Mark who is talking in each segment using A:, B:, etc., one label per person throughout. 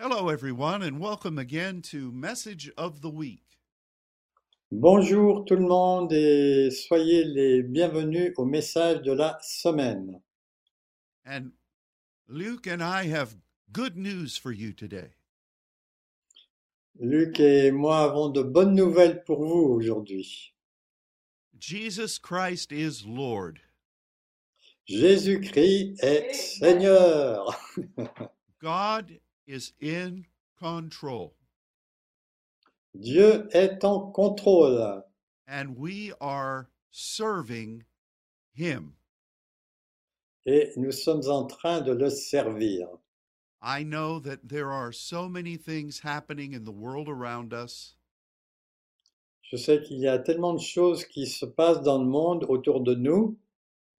A: Hello, everyone, and welcome again to Message of the Week.
B: Bonjour tout le monde et soyez les bienvenus au message de la semaine.
A: And Luke and I have good news for you today.
B: Luc et moi avons de bonnes nouvelles pour vous aujourd'hui.
A: Jesus Christ is Lord.
B: Jésus-Christ est Seigneur.
A: God is in control,
B: Dieu est en contrôle
A: and we are serving Him.
B: et nous sommes en train de le servir.
A: I know that there are so many things happening in the world around us,
B: Je sais qu'il y a tellement de choses qui se passent dans le monde autour de nous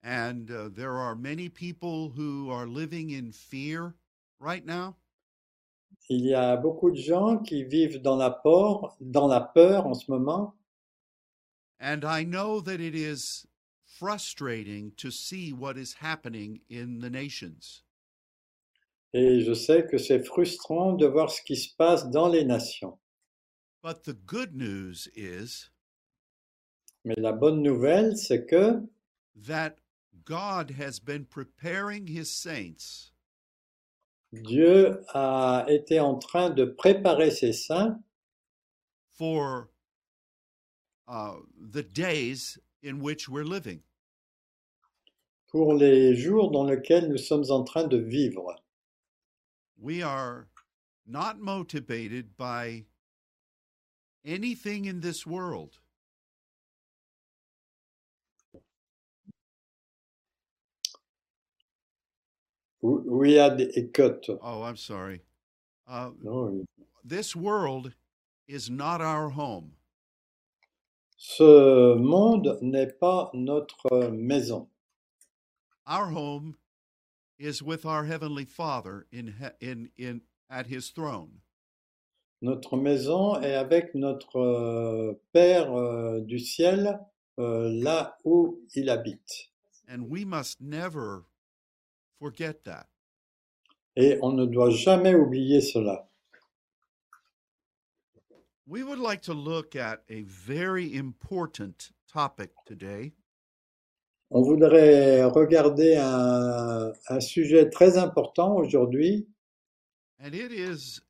A: and uh, there are many people who are living in fear right now.
B: Il y a beaucoup de gens qui vivent dans la peur, dans la peur en ce moment,
A: And I know that it is frustrating to see what is happening in the nations.
B: et je sais que c'est frustrant de voir ce qui se passe dans les nations.
A: But the good news is
B: Mais la bonne nouvelle, c'est que
A: that God has been preparing his saints
B: Dieu a été en train de préparer ses saints
A: for uh, the days in which we're living.
B: pour les jours dans lesquels nous sommes en train de vivre.
A: We are not motivated by anything in this world.
B: We we had a cut.
A: Oh, I'm sorry. Uh,
B: Non, oui.
A: this world is not our home.
B: Ce monde n'est pas notre maison.
A: our home is with our heavenly father in he- in in at his throne
B: Notre maison est avec notre euh, Père euh, du ciel, euh, là où il habite.
A: and we must never forget that
B: Et on ne doit jamais oublier cela.
A: we would like to look at a very important topic today
B: On voudrait regarder un, un sujet très important aujourd'hui
A: and it is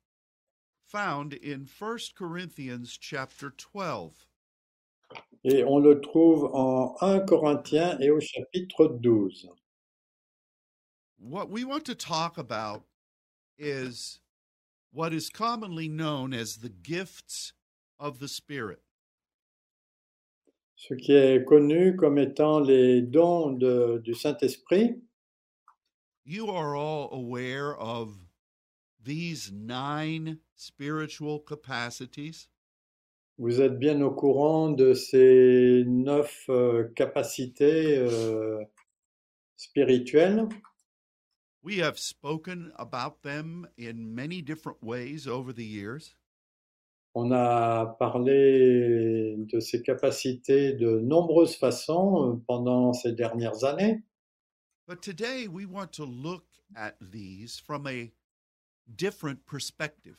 A: found in 1 Corinthians chapter 12
B: Et on le trouve en 1 Corinthiens et au chapitre 12.
A: what we want to talk about is what is commonly known as the gifts of the spirit
B: Ce qui est connu comme étant les dons de- du Saint-Esprit,
A: You are all aware of these nine spiritual capacities,
B: vous êtes bien au courant de ces neuf euh, capacités euh, spirituelles.
A: we have spoken about them in many different ways over the years.
B: On a parlé de ces capacités de nombreuses façons euh, pendant ces dernières années,
A: But today we want to look at these from a different perspective.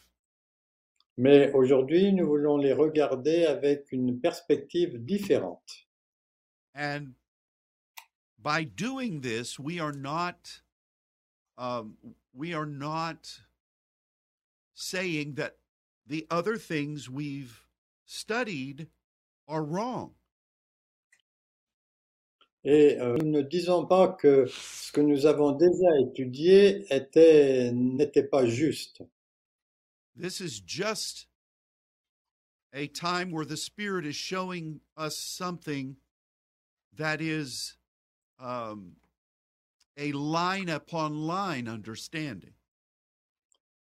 B: mais aujourd'hui nous voulons les regarder avec une perspective différente.
A: And by doing this, we are not. Um, we are not saying that the other things we've studied are wrong.
B: Et euh, nous ne disons pas que ce que nous avons déjà étudié était, n'était pas juste.
A: This is just a time where the Spirit is showing us something that is um, a line upon line understanding.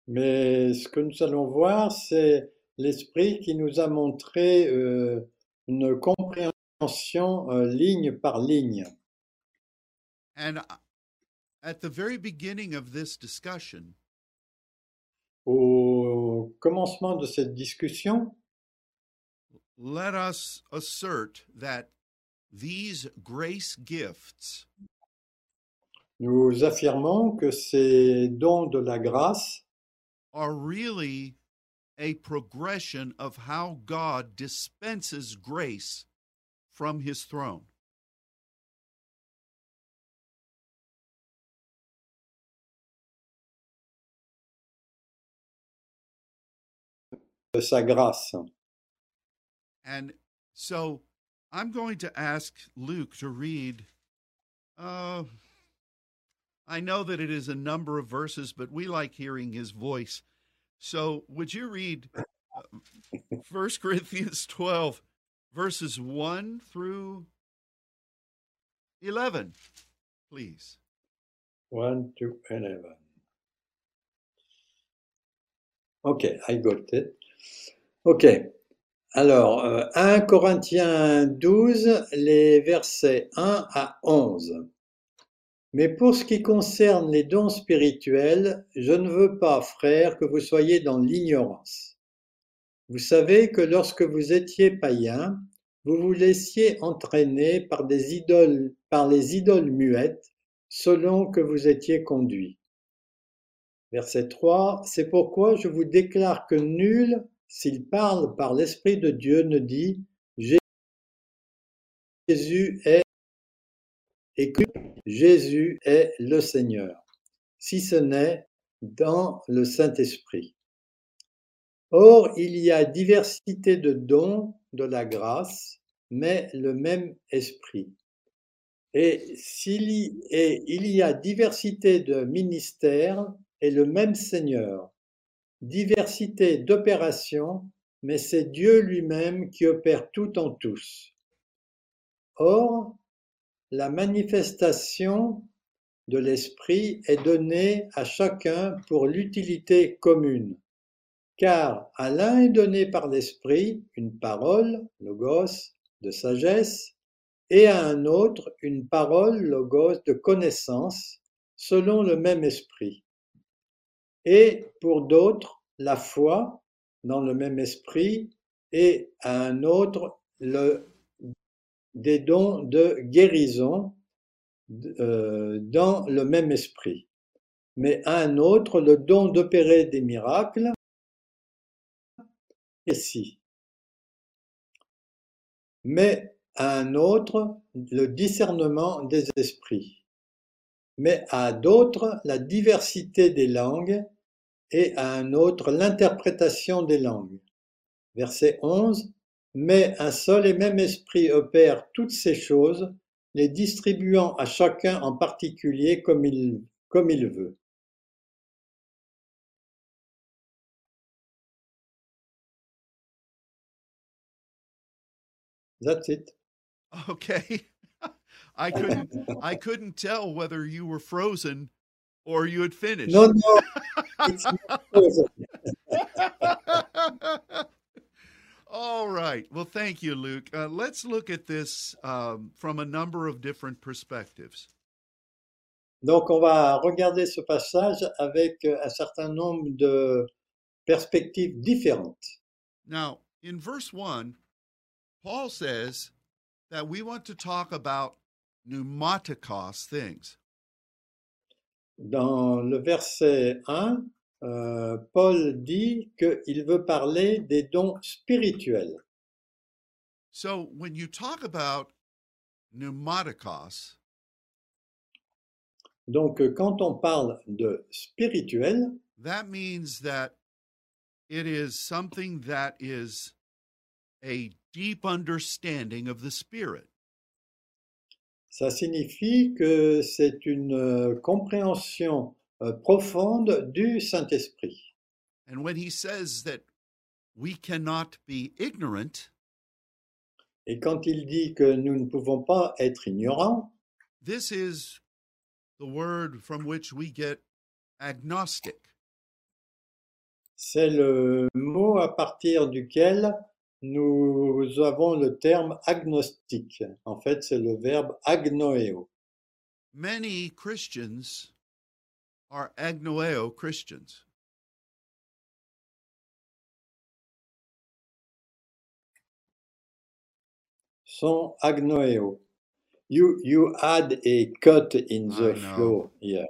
B: Mais ce que nous allons voir, c'est l'Esprit qui nous a montré euh, une compréhension euh, ligne par ligne.
A: And I- at the very beginning of this discussion,
B: Au commencement de cette discussion,
A: let us assert that these grace gifts
B: nous affirmons que ces dons de la grâce
A: are really a progression of how God dispenses grace from his throne.
B: de sa grâce.
A: And so I'm going to ask Luke to read. Uh, I know that it is a number of verses, but we like hearing his voice. So would you read uh, First Corinthians 12, verses 1 through 11, please?
B: 1 to 11. Ok, I got it. Ok. Alors, euh, 1 Corinthiens 12, les versets 1 à 11. Mais pour ce qui concerne les dons spirituels, je ne veux pas, frères, que vous soyez dans l'ignorance. Vous savez que lorsque vous étiez païens, vous vous laissiez entraîner par des idoles, par les idoles muettes, selon que vous étiez conduits. Verset 3, C'est pourquoi je vous déclare que nul, s'il parle par l'Esprit de Dieu, ne dit Jésus est et que Jésus est le Seigneur, si ce n'est dans le Saint-Esprit. Or, il y a diversité de dons de la grâce, mais le même Esprit. Et, s'il y, et il y a diversité de ministères, et le même Seigneur. Diversité d'opérations, mais c'est Dieu lui-même qui opère tout en tous. Or, la manifestation de l'Esprit est donnée à chacun pour l'utilité commune. Car à l'un est donné par l'Esprit une parole, logos, de sagesse, et à un autre une parole, logos, de connaissance, selon le même Esprit et pour d'autres la foi dans le même esprit et à un autre le, des dons de guérison euh, dans le même esprit, mais à un autre le don d'opérer des miracles et si. Mais à un autre le discernement des esprits mais à d'autres la diversité des langues et à un autre l'interprétation des langues. Verset 11. Mais un seul et même esprit opère toutes ces choses, les distribuant à chacun en particulier comme il, comme il veut. That's it.
A: Okay. I couldn't I couldn't tell whether you were frozen or you had finished.
B: No, no, it's not frozen.
A: All right. Well, thank you, Luke. Uh, let's look at this um, from a number of different perspectives.
B: Donc, on va regarder ce passage avec euh, un certain nombre de perspectives différentes.
A: Now, in verse 1, Paul says that we want to talk about pneumaticos things.
B: Dans le verset 1, euh, Paul dit qu'il veut parler des dons spirituels.
A: So when you talk about pneumaticos,
B: Donc, euh, quand on parle de spirituel,
A: that means that it is something that is a deep understanding of the Spirit.
B: ça signifie que c'est une euh, compréhension euh, profonde du Saint-Esprit.
A: And when he says that we cannot be ignorant,
B: Et quand il dit que nous ne pouvons pas être ignorants,
A: this is the word from which we get agnostic.
B: c'est le mot à partir duquel nous avons le terme agnostique. En fait, c'est le verbe agnoeo.
A: Many Christians are agnoeo Christians.
B: Son agnoeo. You, you add a cut in
A: I
B: the
A: know.
B: flow here.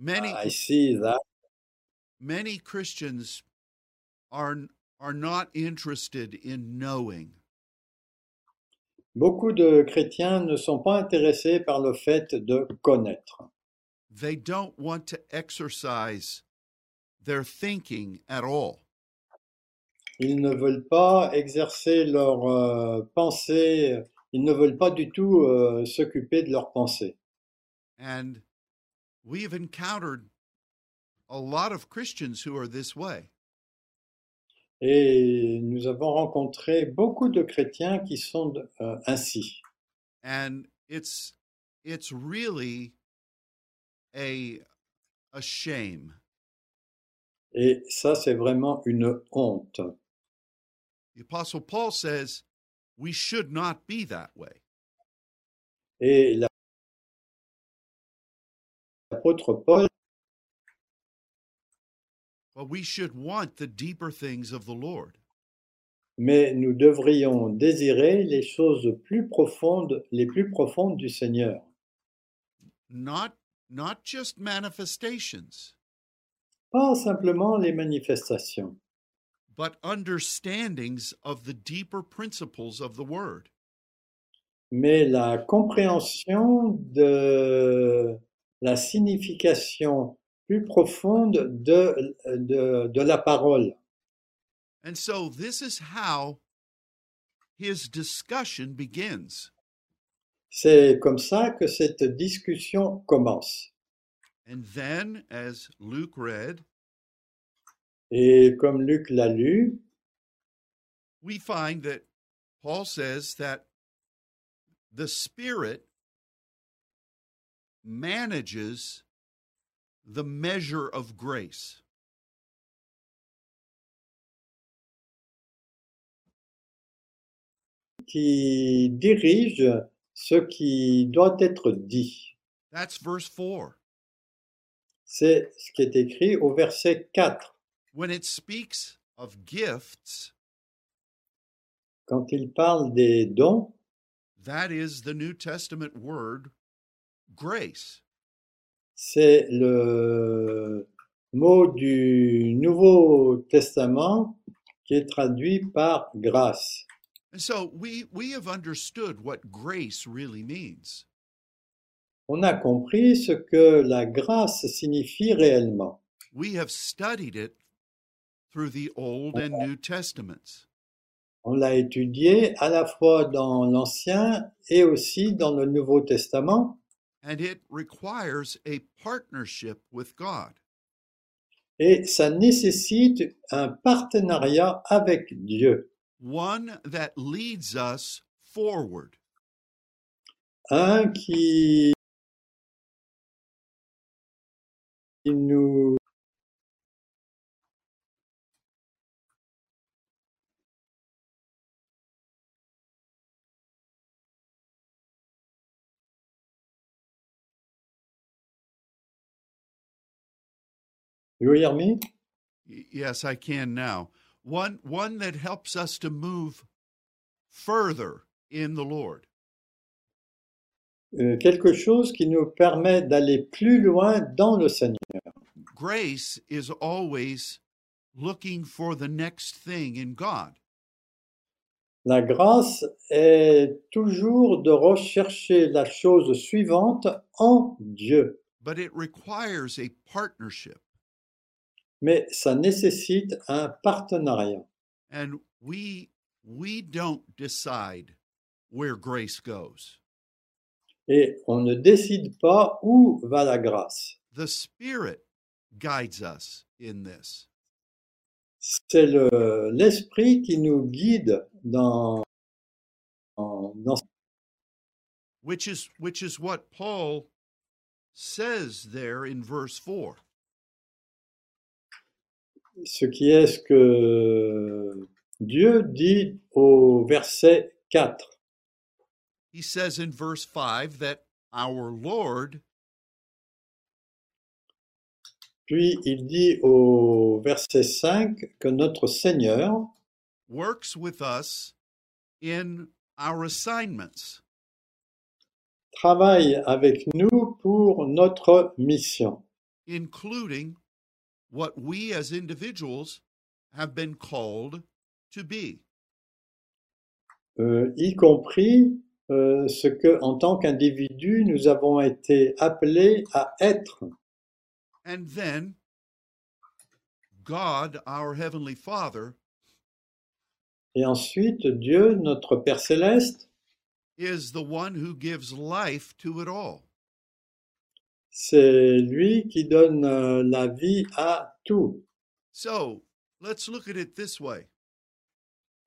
A: Many
B: I see that.
A: many Christians are, are not interested in knowing.
B: Beaucoup de chrétiens ne sont pas intéressés par le fait de connaître.
A: They don't want to exercise their thinking at all.
B: Ils ne veulent pas exercer leur euh, pensée, ils ne veulent pas du tout euh, s'occuper de leurs pensées.
A: And we've encountered a lot of Christians who are this way.
B: Et nous avons rencontré beaucoup de chrétiens qui sont euh, ainsi.
A: And it's, it's really a, a shame.
B: Et ça, c'est vraiment une honte.
A: The Apostle Paul says we should not be that way.
B: Et la- l'apôtre Paul,
A: But we should want the deeper things of the Lord.
B: mais nous devrions désirer les choses plus profondes, les plus profondes du Seigneur.
A: Not not just manifestations,
B: Pas simplement les manifestations,
A: but understandings of the deeper principles of the word.
B: mais la compréhension de la signification plus profonde de, de- de la parole.
A: And so this is how his discussion begins.
B: C'est comme ça que cette discussion commence.
A: And then as Luke read,
B: Et comme Luc l'a lu,
A: we find that Paul says that the Spirit manages the measure of grace.
B: qui dirige ce qui doit être dit.
A: That's verse 4.
B: C'est ce qui est écrit au verset 4,
A: When it speaks of gifts,
B: quand il parle des dons,
A: that is the New Testament word grace.
B: c'est le mot du Nouveau Testament qui est traduit par grâce.
A: And so we, we have understood what grace really means.
B: On a compris ce que la grâce signifie réellement.
A: We have studied it through the Old and New Testaments.
B: On l'a étudié à la fois dans l'Ancien et aussi dans le Nouveau Testament.
A: and it requires a partnership with God.
B: Et ça nécessite un partenariat avec Dieu,
A: One that leads us forward,
B: un qui, qui nous You hear me?
A: Y- yes, I can now. One, one that helps us to move further in the Lord.
B: Euh, quelque chose qui nous permet d'aller plus loin dans le Seigneur.
A: Grace is always looking for the next thing in God.
B: La grâce est toujours de rechercher la chose suivante en Dieu,
A: But it requires a partnership.
B: mais ça nécessite un partenariat.
A: And we, we don't decide where grace goes.
B: Et on ne décide pas où va la grâce.
A: The Spirit guides us in this.
B: C'est le- l'esprit qui nous guide dans, dans, dans-
A: which is which is what Paul says there in verse 4
B: ce qui est ce que Dieu dit au verset 4.
A: he says in verse 5 that our lord
B: Puis il dit au verset 5 que notre Seigneur
A: works with us in our assignments
B: travaille avec nous pour notre mission,
A: including what we as individuals have been called to be.
B: euh, y compris euh, ce que, en tant qu'individu, nous avons été appelés à être.
A: And then God, our Heavenly Father,
B: Et ensuite, Dieu, notre Père céleste,
A: is the one who gives life to it all.
B: c'est lui qui donne euh, la vie à tout.
A: So let's look at it this way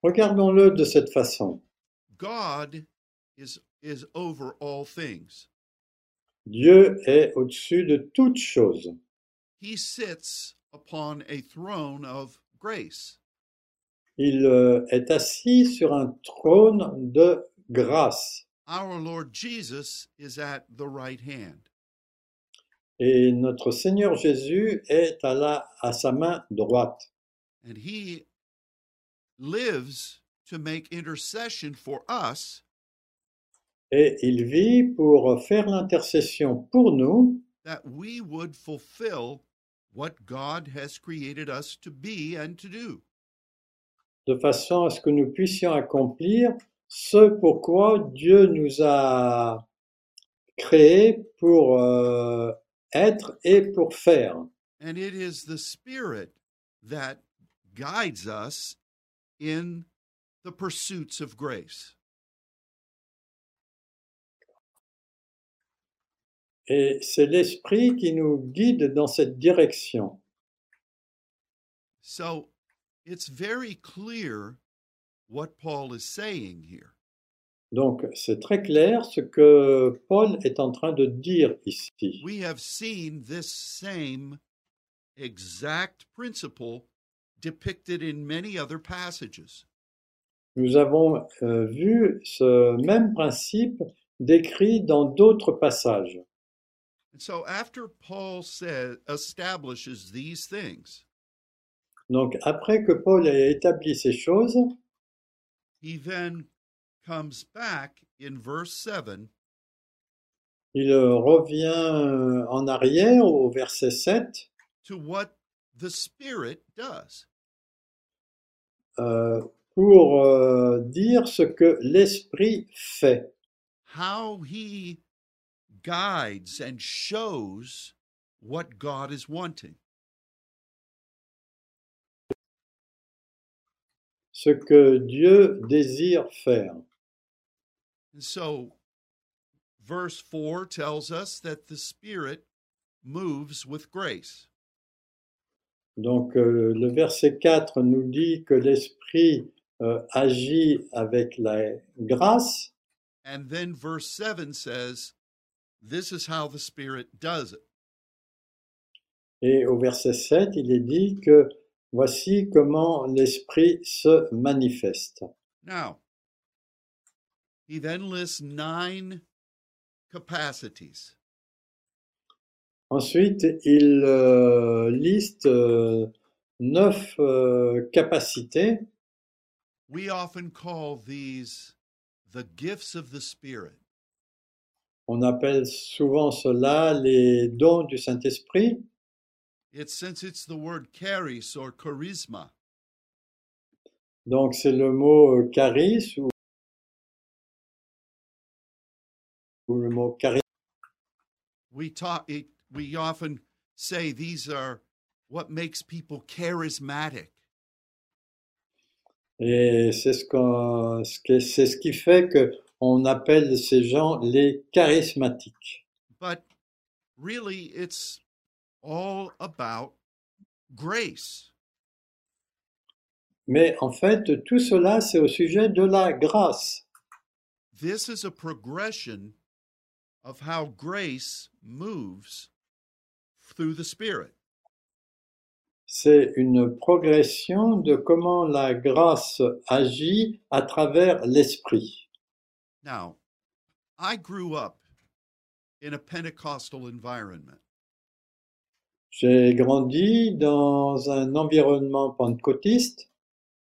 B: Regardons-le de cette façon.
A: God is, is over all things,
B: Dieu est au-dessus de toute chose.
A: He sits upon a throne of grace.
B: Il euh, est assis sur un trône de grâce.
A: Our Lord Jesus is at the right hand.
B: Et notre Seigneur Jésus est à, la- à sa main droite.
A: and he lives to make intercession for us
B: Et il vit pour faire l'intercession pour nous,
A: that we would fulfill what God has created us to be and to do.
B: de façon à ce que nous puissions accomplir ce pourquoi Dieu nous a créés pour euh, être et pour faire.
A: And it is the Spirit that guides us in the pursuits of grace.
B: Et c'est l'Esprit qui nous guide dans cette direction.
A: So it's very clear what Paul is saying here.
B: Donc c'est très clair ce que Paul est en train de dire ici.
A: We have seen this same exact principle depicted in many other passages.
B: Nous avons euh, vu ce même principe décrit dans d'autres passages.
A: And so after Paul says establishes these things,
B: Donc, après que Paul ait établi ces choses,
A: he then comes back in verse 7
B: il euh, revient euh, en arrière au verset 7
A: to what the spirit does.
B: euh, pour euh, dire ce que l'Esprit fait,
A: How he guides and shows what God is wanting.
B: ce que Dieu désire faire.
A: And so, verse 4 tells us that the Spirit moves with grace.
B: Donc, euh, le verset 4 nous dit que l'Esprit euh, agit avec la grâce,
A: And then verse 7 says, This is how the Spirit does it.
B: et au verset 7, il est dit que voici comment l'Esprit se manifeste.
A: Now, he then lists nine capacities.
B: Ensuite, il euh, liste euh, neuf euh, capacités.
A: We often call these the gifts of the Spirit.
B: On appelle souvent cela les dons du Saint-Esprit.
A: It's since it's the word charis or charisma.
B: Donc, c'est le mot euh, charis ou, ou le mot charisme.
A: We talk it, we often say these are what makes people charismatic.
B: Et c'est ce, qu'on- ce que- c'est ce qui fait qu'on appelle ces gens les charismatiques.
A: But really it's all about grace.
B: Mais en fait, tout cela, c'est au sujet de la grâce.
A: This is a progression of how grace moves through the Spirit.
B: C'est une progression de comment la grâce agit à travers l'esprit.
A: Now, I grew up in a Pentecostal environment,
B: J'ai grandi dans un environnement pentecôtiste.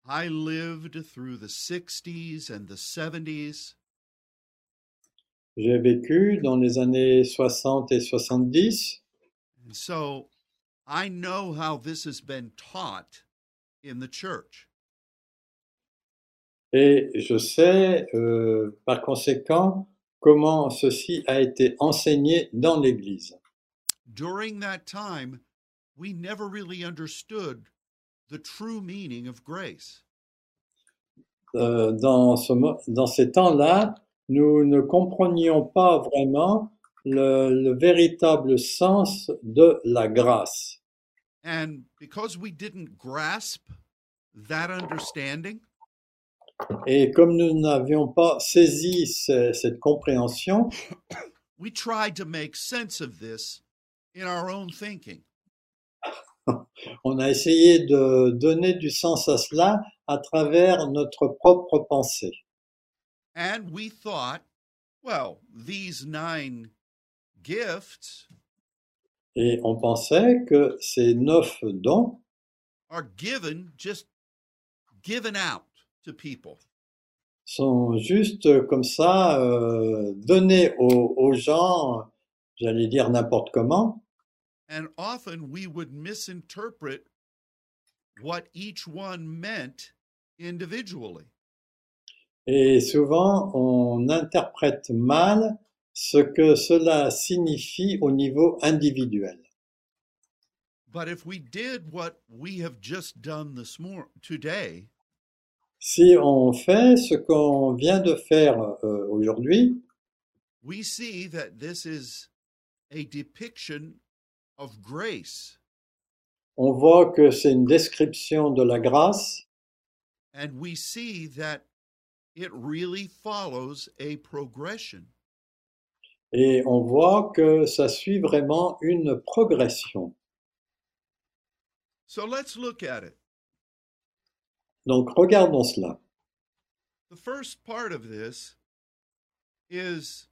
A: I lived through the 60s and the 70s.
B: J'ai vécu dans les années 60 et 70.
A: And so I know how this has been taught in the church.
B: Et je sais, euh, par conséquent, comment ceci a été enseigné dans l'Église.
A: During that time, we never really understood the true meaning of grace.
B: Euh, dans, ce mo- dans ces temps-là, nous ne comprenions pas vraiment le, le véritable sens de la grâce.
A: And because we didn't grasp that understanding,
B: Et comme nous n'avions pas saisi ce- cette compréhension,
A: we tried to make sense of this in our own thinking.
B: on a essayé de donner du sens à cela à travers notre propre pensée.
A: And we thought, well, these nine gifts
B: Et on pensait que ces neuf dons
A: are given, just given out to people.
B: sont juste comme ça euh, donnés aux, aux gens, j'allais dire n'importe comment,
A: And often we would misinterpret what each one meant individually.
B: et souvent on interprète mal ce que cela signifie au niveau individuel.
A: But if we did what we have just done this mor- today,
B: Si on fait ce qu'on vient de faire euh, aujourd'hui,
A: we see that this is a depiction of grace
B: on voit que c'est une description de la grâce
A: and we see that it really follows a progression.
B: et on voit que ça suit vraiment une progression.
A: So let's look at it.
B: Donc regardons cela.
A: The first part of this is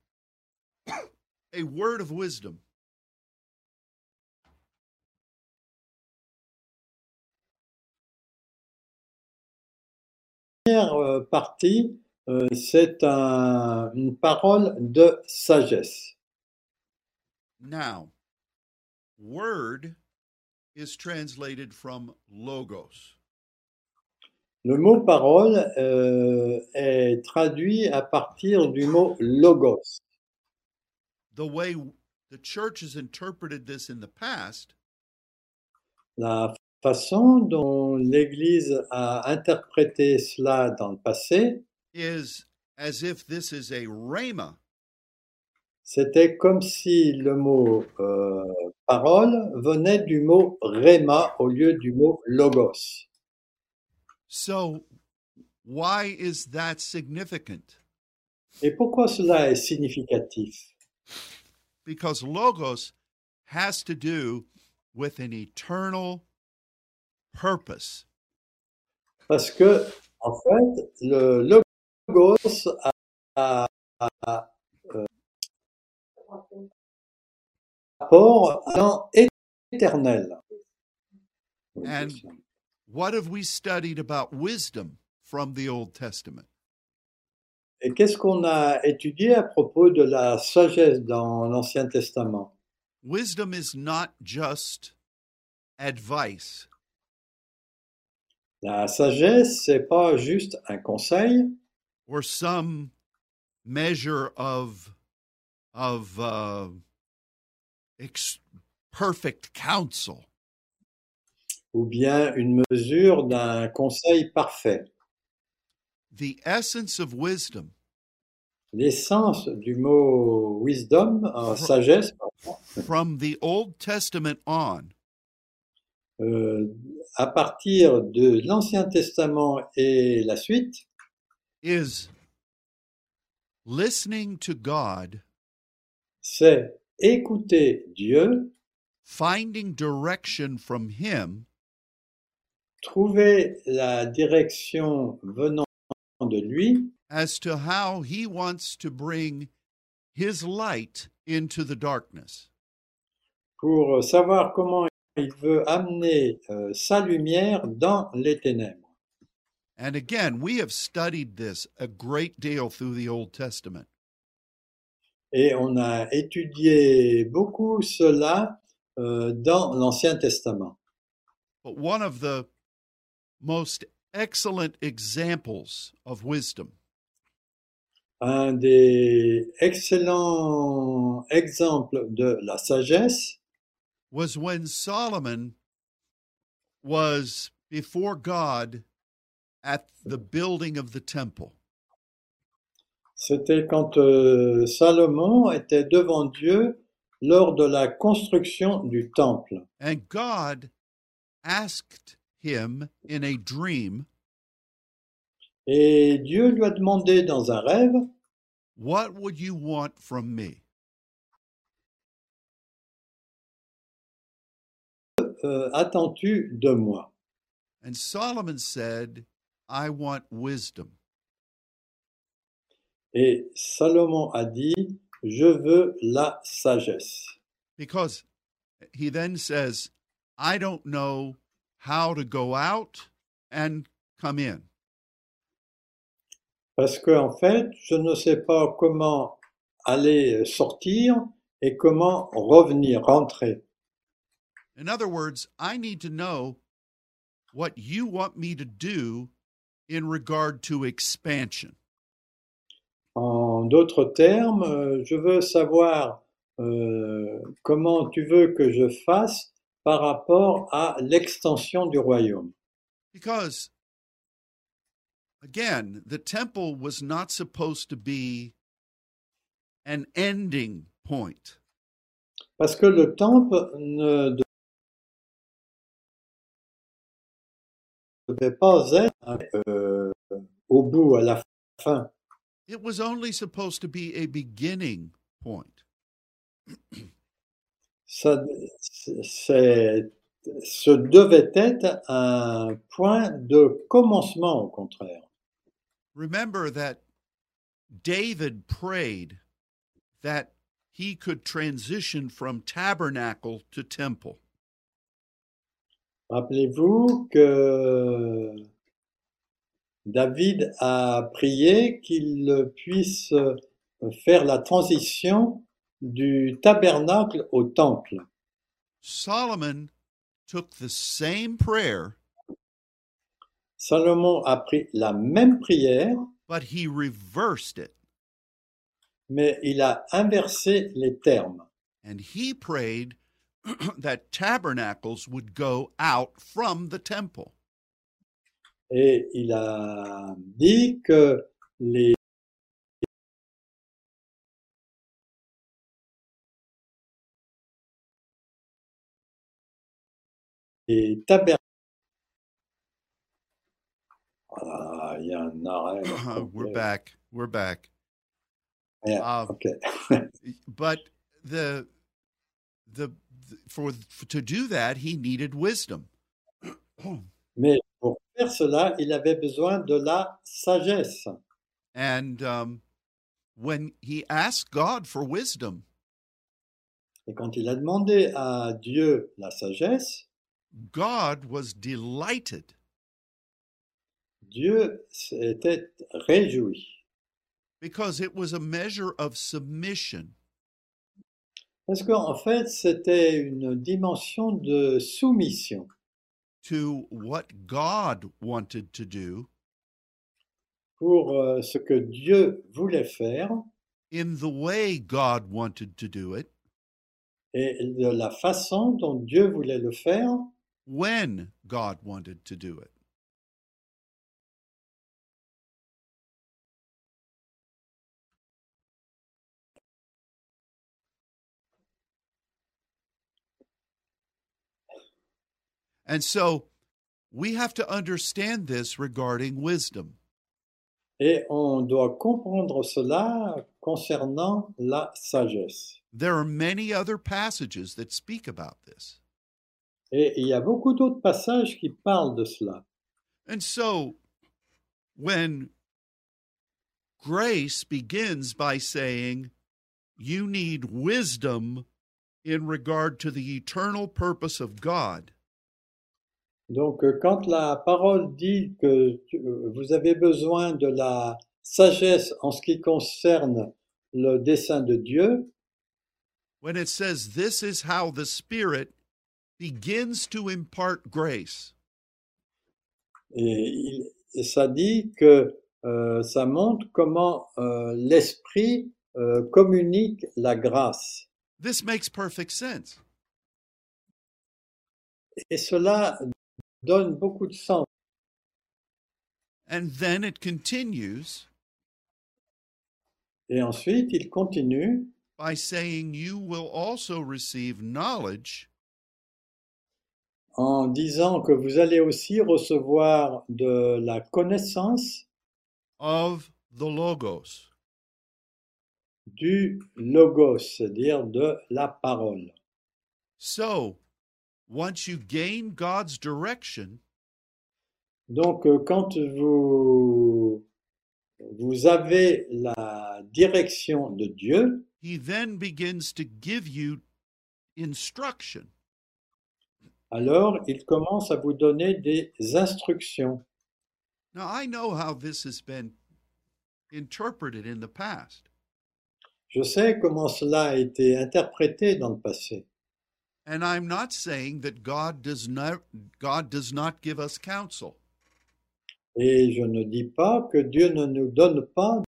A: a word of wisdom.
B: première euh, partie, euh, c'est un- une parole de sagesse.
A: Now, word is translated from logos.
B: Le mot parole euh, est traduit à partir du mot logos.
A: The way the church has interpreted this in the past
B: La façon dont l'Église a interprété cela dans le passé,
A: is as if this is a rhema
B: c'était comme si le mot euh, parole venait du mot rhéma au lieu du mot logos.
A: So, why is that significant?
B: Et pourquoi cela est significatif
A: Because logos has to do with an eternal purpose.
B: Parce que, en fait, le logos a, a- a- a, euh, rapport à l'an éternel.
A: And- What have we studied about wisdom from the Old Testament?
B: Et qu'est-ce qu'on a étudié à propos de la sagesse dans l'Ancien Testament
A: Wisdom is not just advice,
B: La sagesse, c'est pas juste un conseil
A: or some measure of of uh, ex- perfect counsel.
B: ou bien une mesure d'un conseil parfait.
A: The essence of wisdom
B: L'essence du mot wisdom, euh, sagesse,
A: from the Old Testament on
B: euh, à partir de l'Ancien Testament et la suite,
A: is listening to God,
B: c'est écouter Dieu,
A: finding direction from Him,
B: trouver la direction venant de lui
A: as to how He wants to bring His light into the darkness.
B: pour savoir comment il veut amener euh, sa lumière dans les ténèbres.
A: And again, we have studied this a great deal through the Old Testament.
B: Et on a étudié beaucoup cela euh, dans l'Ancien Testament.
A: But one of the most excellent examples of wisdom
B: Un des excellents exemples de la sagesse,
A: was when Solomon was before God at the building of the temple.
B: c'était quand euh, Salomon était devant Dieu lors de la construction du temple.
A: And God asked him in a dream,
B: Et Dieu lui a demandé dans un rêve,
A: What would you want from me?
B: euh, Attends-tu de moi
A: And Solomon said, I want wisdom.
B: Et Salomon a dit, je veux la sagesse.
A: Because he then says, I don't know how to go out and come in.
B: Parce que, en fait, je ne sais pas comment aller sortir et comment revenir, rentrer.
A: In other words, I need to know what you want me to do in regard to expansion.
B: En d'autres termes, euh, je veux savoir euh, comment tu veux que je fasse par rapport à l'extension du royaume.
A: Because, again, the temple was not supposed to be an ending point.
B: Parce que le temple ne devait pas être euh, au bout, à la fin.
A: It was only supposed to be a beginning point.
B: Ça, c'est, ce devait être un point de commencement, au contraire.
A: Remember that David prayed that he could transition from tabernacle to temple.
B: Rappelez-vous que David a prié qu'il puisse faire la transition du tabernacle au temple.
A: Solomon took the same prayer,
B: Salomon a pris la même prière,
A: but he reversed it.
B: mais il a inversé les termes.
A: And he prayed that tabernacles would go out from the temple.
B: Et il a dit que les les tabernacles. Voilà, Ah, il y a un arrêt.
A: Ah, We're back. We're back.
B: Yeah,
A: Um,
B: OK.
A: but the the for, for to do that he needed wisdom
B: Mais pour faire cela, il avait besoin de la sagesse.
A: and um, when he asked god for wisdom
B: Et quand il a demandé à Dieu la sagesse,
A: god was delighted
B: Dieu s'était réjoui.
A: because it was a measure of submission
B: Parce qu'en fait, c'était une dimension de soumission
A: to what god wanted to do
B: pour euh, ce que Dieu voulait faire
A: in the way god wanted to do it
B: et de la façon dont Dieu voulait le faire
A: when god wanted to do it and so we have to understand this regarding wisdom
B: et on doit comprendre cela concernant la sagesse.
A: there are many other passages that speak about this
B: Et il y a beaucoup d'autres passages qui parlent de cela.
A: And so when grace begins by saying, you need wisdom in regard to the eternal purpose of God,
B: Donc euh, quand la parole dit que tu- euh, vous avez besoin de la sagesse en ce qui concerne le dessein de Dieu,
A: when it says, This is how the Spirit begins to impart grace.
B: Et, il- et ça dit que euh, ça montre comment euh, l'esprit euh, communique la grâce.
A: This makes perfect sense.
B: Et cela donne beaucoup de sens.
A: And then it continues
B: Et ensuite, il continue
A: by saying, You will also receive knowledge
B: en disant que vous allez aussi recevoir de la connaissance
A: of the Logos.
B: du logos, c'est-à-dire de la parole.
A: So, once you gain God's direction,
B: Donc, euh, quand vous, vous avez la direction de Dieu,
A: He then begins to give you instruction.
B: alors il commence à vous donner des instructions.
A: Now, I know how this has been interpreted in the past,
B: Je sais comment cela a été interprété dans le passé.
A: and I'm not saying that God does not God does not give us counsel.
B: Et je ne dis pas que Dieu ne nous donne pas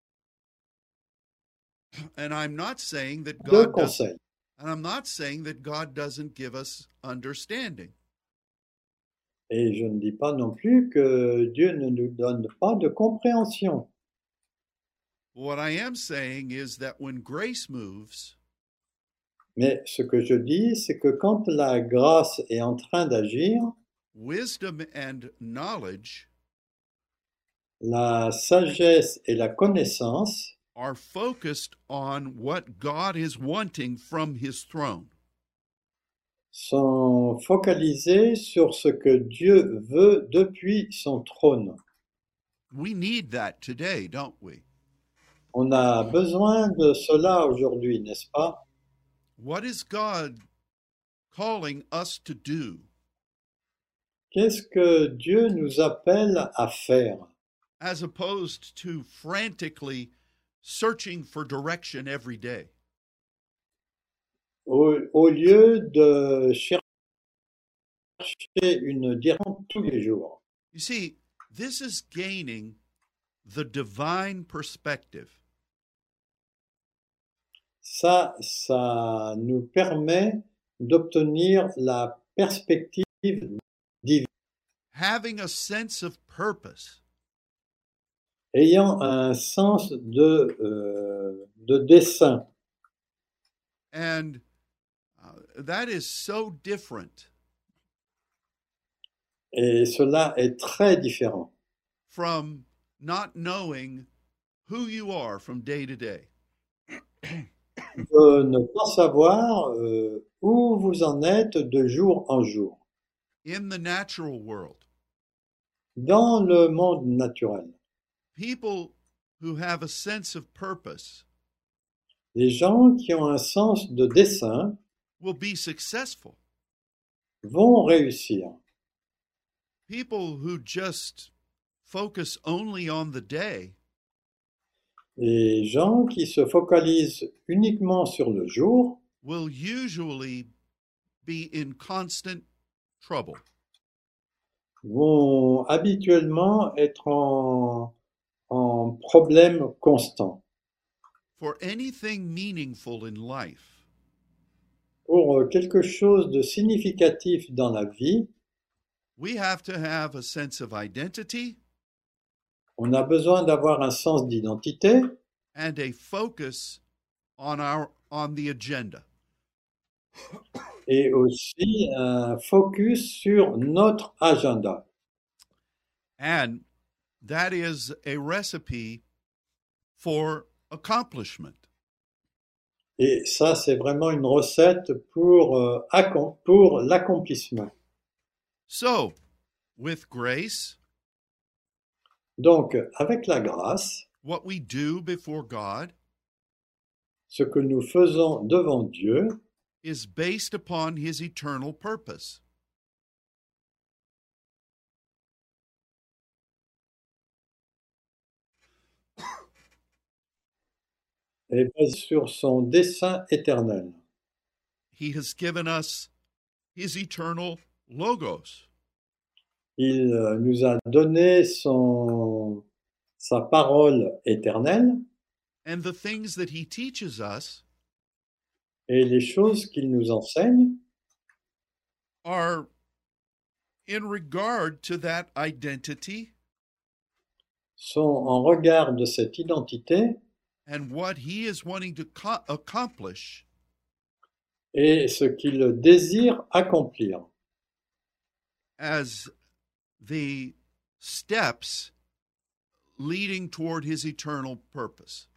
A: And I'm not saying that
B: de
A: God does,
B: conseils.
A: and I'm not saying that God doesn't give us understanding.
B: Et je ne dis pas non plus que Dieu ne nous donne pas de compréhension.
A: What I am saying is that when grace moves,
B: Mais ce que je dis, c'est que quand la grâce est en train d'agir,
A: wisdom and knowledge
B: la sagesse et la connaissance
A: are focused on what God is wanting from his throne.
B: sont focalisées sur ce que Dieu veut depuis son trône.
A: We need that today, don't we?
B: On a besoin de cela aujourd'hui, n'est-ce pas
A: What is God calling us to do
B: Qu'est-ce que Dieu nous appelle à faire
A: as opposed to frantically searching for direction every day?
B: au, au lieu de chercher une direction tous les jours
A: You see, this is gaining the divine perspective.
B: Ça, ça nous permet d'obtenir la perspective divine.
A: Having a sense of purpose
B: ayant un sens de, euh, de dessin.
A: and uh, that is so different
B: Et cela est très différent
A: from not knowing who you are from day to day.
B: de ne pas savoir euh, où vous en êtes de jour en jour,
A: In the natural world,
B: dans le monde naturel.
A: people who have a sense of purpose
B: Les gens qui ont un sens de dessin
A: will be successful.
B: vont réussir.
A: People who just focus only on the day
B: Les gens qui se focalisent uniquement sur le jour
A: will usually be in constant trouble.
B: vont habituellement être en, en problème constant.
A: For anything meaningful in life,
B: Pour euh, quelque chose de significatif dans la vie,
A: we have to have a sense of identity
B: On a besoin d'avoir un sens d'identité
A: and a focus on our on the agenda.
B: et aussi un focus sur notre agenda.
A: And that is a recipe for accomplishment.
B: Et ça, c'est vraiment une recette pour, euh, accom- pour l'accomplissement.
A: So, with grace,
B: Donc, avec la grâce,
A: what we do before God
B: ce que nous faisons devant Dieu
A: is based upon his eternal purpose.
B: est basé sur son dessein éternel.
A: He has given us his eternal logos.
B: Il euh, nous a donné son, sa parole éternelle
A: And the things that he teaches us
B: et les choses qu'il nous enseigne
A: are in regard to that identity
B: sont en regard de cette identité
A: and what he is wanting to co- accomplish
B: et ce qu'il désire accomplir
A: as the steps leading toward his eternal purpose.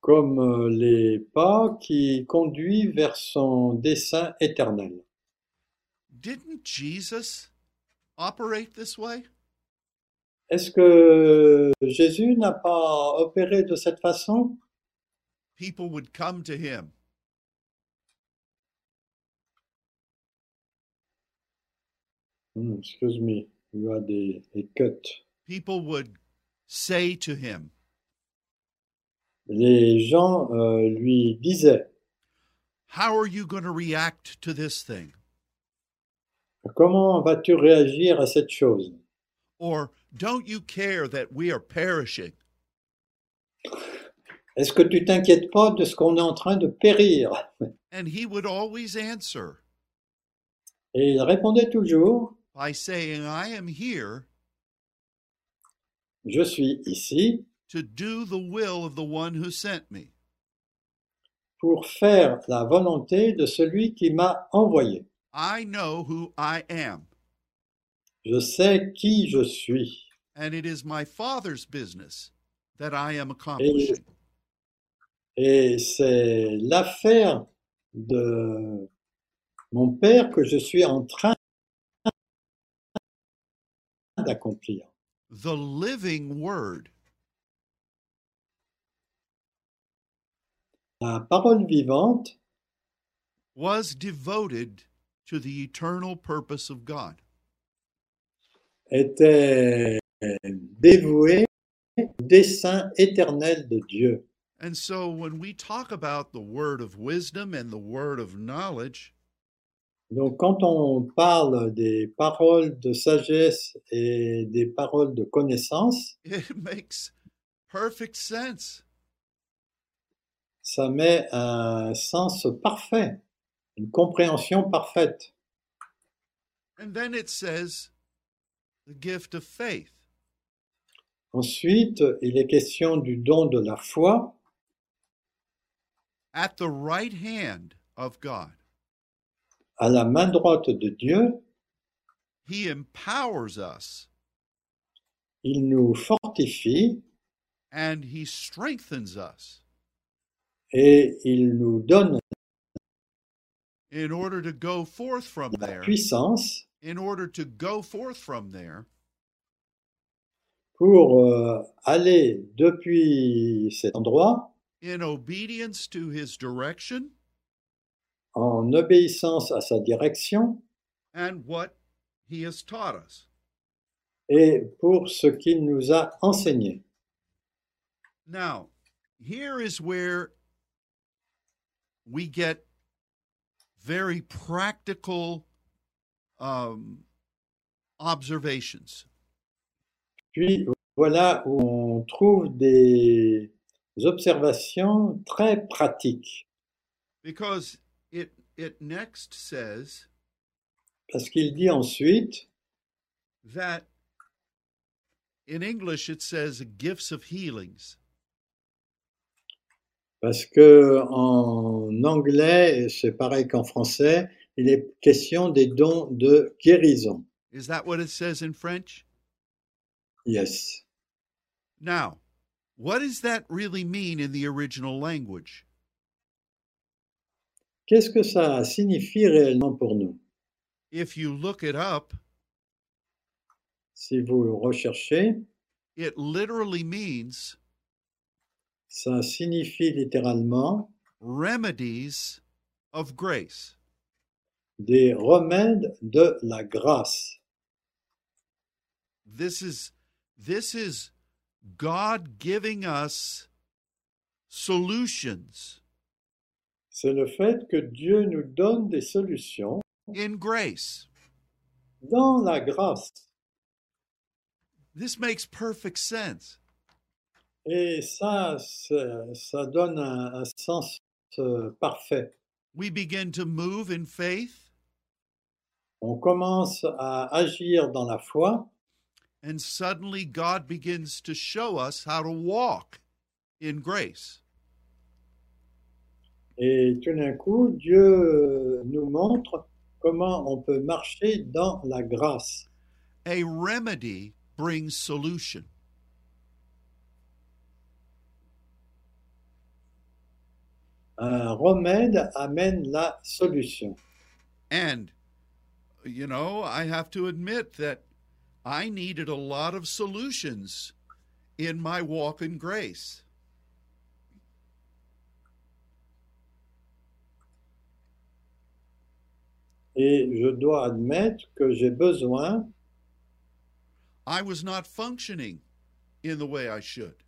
B: comme euh, les pas qui conduit vers son dessein éternel.
A: Didn't Jesus operate this way?
B: Est-ce que Jésus n'a pas opéré de cette façon
A: People would come to him
B: Hmm, Excuse me, il y a des, des cuts.
A: people would say to him,
B: Les gens euh, lui disaient,
A: How are you going to react to this thing?
B: comment vas-tu réagir à cette chose
A: Or don't you care that we are perishing?
B: Est-ce que tu t'inquiètes pas de ce qu'on est en train de périr
A: And he would always answer
B: Et il répondait toujours,
A: by saying, I am here
B: je suis ici
A: to do the will of the one who sent me.
B: pour faire la volonté de celui qui m'a envoyé.
A: I know who I am,
B: Je sais qui je suis.
A: and it is my Father's business that I am accomplishing.
B: Et c'est l'affaire de mon père que je suis en train d'accomplir.
A: The living word
B: La parole vivante
A: was devoted to the eternal purpose of God.
B: était dévouée au dessein éternel de Dieu.
A: And so when we talk about the word of wisdom and the word of knowledge,
B: Donc quand on parle des paroles de sagesse et des paroles de connaissance,
A: it makes perfect sense.
B: ça met un sens parfait, une compréhension parfaite.
A: And then it says the gift of faith.
B: Ensuite, il est question du don de la foi
A: At the right hand of God,
B: à la main droite de Dieu.
A: he empowers us
B: Il nous fortifie
A: and he strengthens us
B: et il nous donne
A: in order to go forth from
B: la
A: there,
B: puissance
A: in order to go forth from there
B: pour euh, aller depuis cet endroit
A: in obedience to his direction
B: en obéissance à sa direction
A: and what he has taught us.
B: et pour ce qu'il nous a enseigné.
A: Now, here is where we get very practical um, observations.
B: Puis voilà où on trouve des observations très pratiques
A: because it it next says
B: parce qu'il dit ensuite
A: that in English it says gifts of healings,
B: Parce que en anglais, et c'est pareil qu'en français, il est question des dons de guérison.
A: is that what it says in French?
B: Yes.
A: Now, what does that really mean in the original language?
B: Qu'est-ce que ça signifie réellement pour nous
A: If you look it up,
B: Si vous le recherchez,
A: it literally means
B: ça signifie littéralement
A: remedies of grace.
B: des remèdes de la grâce.
A: This is this is God giving us solutions
B: C'est le fait que Dieu nous donne des solutions
A: in grace.
B: dans la grâce.
A: This makes perfect sense.
B: Et ça, ça ça donne un, un sens euh, parfait.
A: We begin to move in faith
B: On commence à agir dans la foi
A: and suddenly God begins to show us how to walk in grace.
B: et tout d'un coup, Dieu euh, nous montre comment on peut marcher dans la grâce.
A: A remedy brings solution.
B: Un remède amène la solution.
A: And, you know, I have to admit that I needed a lot of solutions in my walk in grace.
B: Et je dois admettre que j'ai besoin,
A: I was not functioning in the way I should.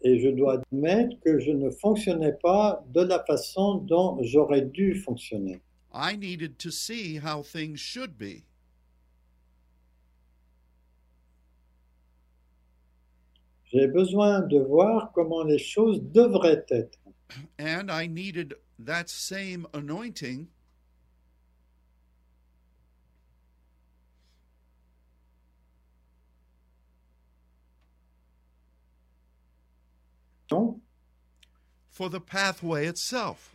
B: et je dois admettre que je ne fonctionnais pas de la façon dont j'aurais dû fonctionner.
A: I needed to see how things should be.
B: J'ai besoin de voir comment les choses devraient être.
A: And I needed that same anointing
B: Non
A: for the pathway itself.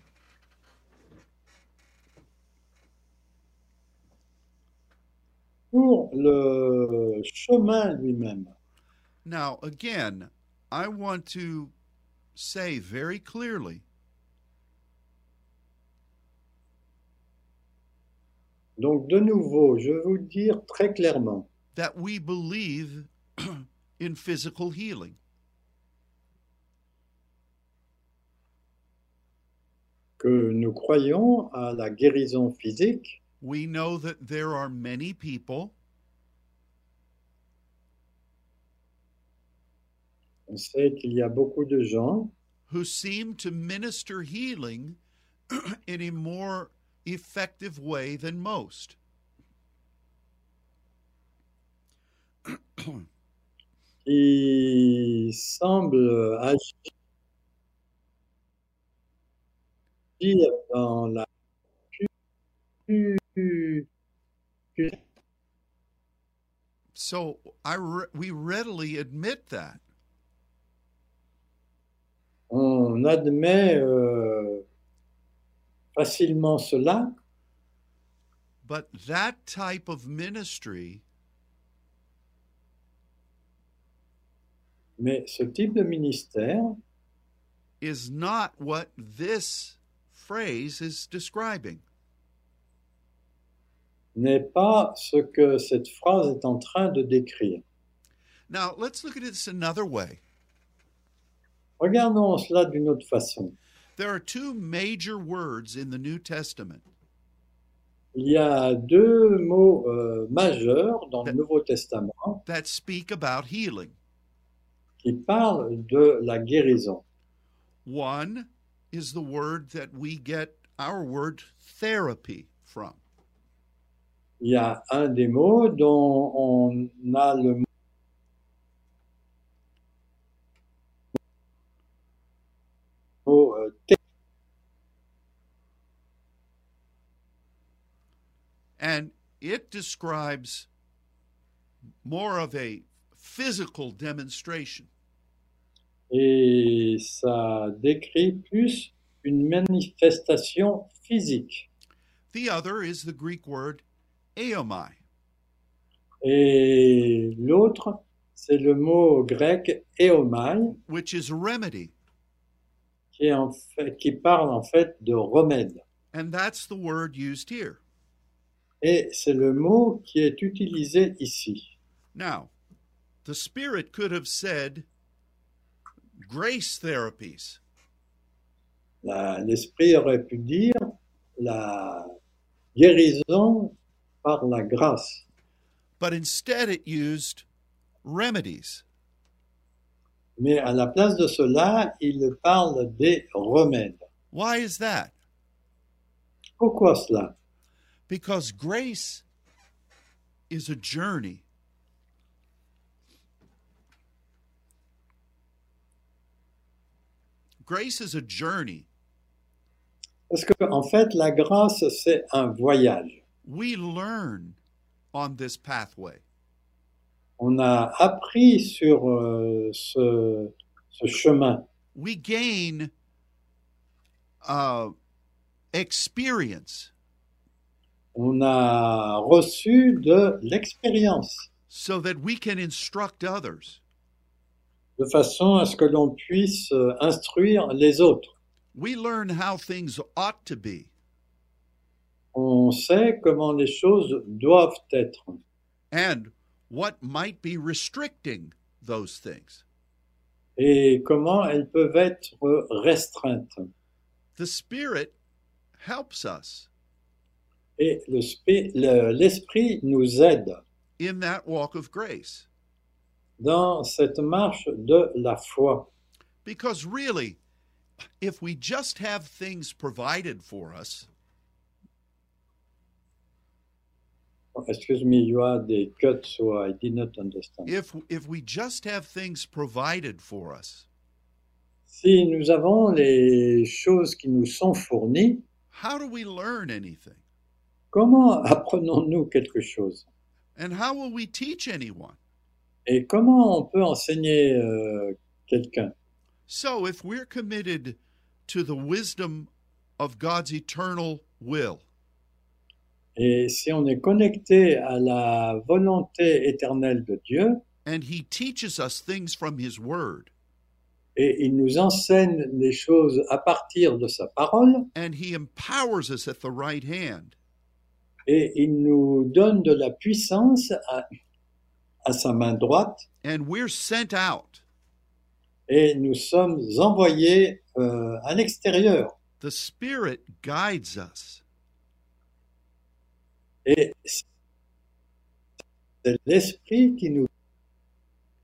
B: pour le chemin lui-même.
A: Now, again, I want to say very clearly
B: Donc de nouveau, je vais vous le dire très clairement,
A: that we believe in physical healing.
B: que nous croyons à la guérison physique.
A: We know that there are many people
B: On sait qu'il y a beaucoup de gens
A: who seem to minister healing in a more effective way than most.
B: qui semblent agir dans la plus- plus- plus-
A: So I re- we readily admit that.
B: on admet euh, facilement cela,
A: But that type of ministry
B: mais ce type de ministère
A: is not what this phrase is describing.
B: n'est pas ce que cette phrase est en train de décrire.
A: Now, let's look at this another way.
B: Regardons cela d'une autre façon.
A: There are two major words in the New Testament
B: Il y a deux mots euh, majeurs dans le Nouveau Testament
A: that speak about healing.
B: qui parlent de la guérison.
A: One is the word that we get our word therapy from,
B: Il y a un des mots dont on a le mot mot, euh, thé-
A: and it describes more of a physical demonstration.
B: et ça décrit plus une manifestation physique.
A: The other is the Greek word aomai,
B: Et l'autre, c'est le mot grec éomai,
A: which is remedy,
B: qui, est en fait- qui parle en fait de remède.
A: and that's the word used here.
B: Et c'est le mot qui est utilisé ici.
A: Now, the Spirit could have said grace therapies,
B: La- L'esprit aurait pu dire la guérison par la grâce,
A: but instead it used remedies.
B: Mais à la place de cela, il parle des remèdes.
A: Why is that?
B: Pourquoi cela
A: Because grace is a journey. Grace is a journey.
B: Parce que en fait, la grâce c'est un voyage.
A: We learn on this pathway.
B: On a appris sur euh, ce, ce chemin.
A: We gain uh, experience
B: On a reçu de l'expérience
A: so that we can instruct others.
B: de façon à ce que l'on puisse euh, instruire les autres.
A: We learn how things ought to be,
B: On sait comment les choses doivent être
A: and what might be restricting those things.
B: et comment elles peuvent être restreintes.
A: The Spirit helps us
B: Et le spé- le- l'esprit nous aide
A: in that walk of grace
B: dans cette marche de la foi.
A: because really, if we just have things provided for us,
B: Excuse me, you are the cut, so I did not understand.
A: if if we just have things provided for us,
B: Si nous avons les choses qui nous sont fournies,
A: how do we learn anything?
B: comment apprenons-nous quelque chose
A: And how will we teach anyone?
B: Et comment on peut enseigner euh, quelqu'un
A: So if we're committed to the wisdom of God's eternal will,
B: Et si on est connecté à la volonté éternelle de Dieu,
A: and he teaches us things from his word,
B: et il nous enseigne les choses à partir de sa parole,
A: and he empowers us at the right hand,
B: et il nous donne de la puissance à, à sa main droite,
A: and we're sent out,
B: et nous sommes envoyés euh, à l'extérieur.
A: the Spirit guides us.
B: Et c'est l'Esprit qui nous,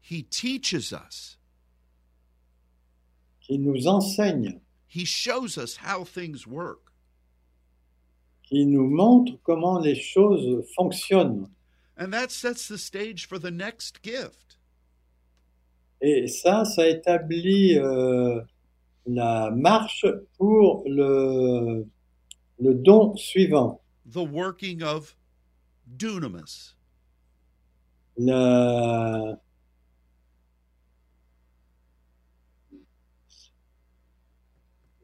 A: He teaches us.
B: qui nous enseigne,
A: He shows us how things work.
B: qui nous montre comment les choses fonctionnent.
A: And that sets the stage for the next gift.
B: Et ça, ça établit euh, la marche pour le, le don suivant,
A: the working of dunamis.
B: la,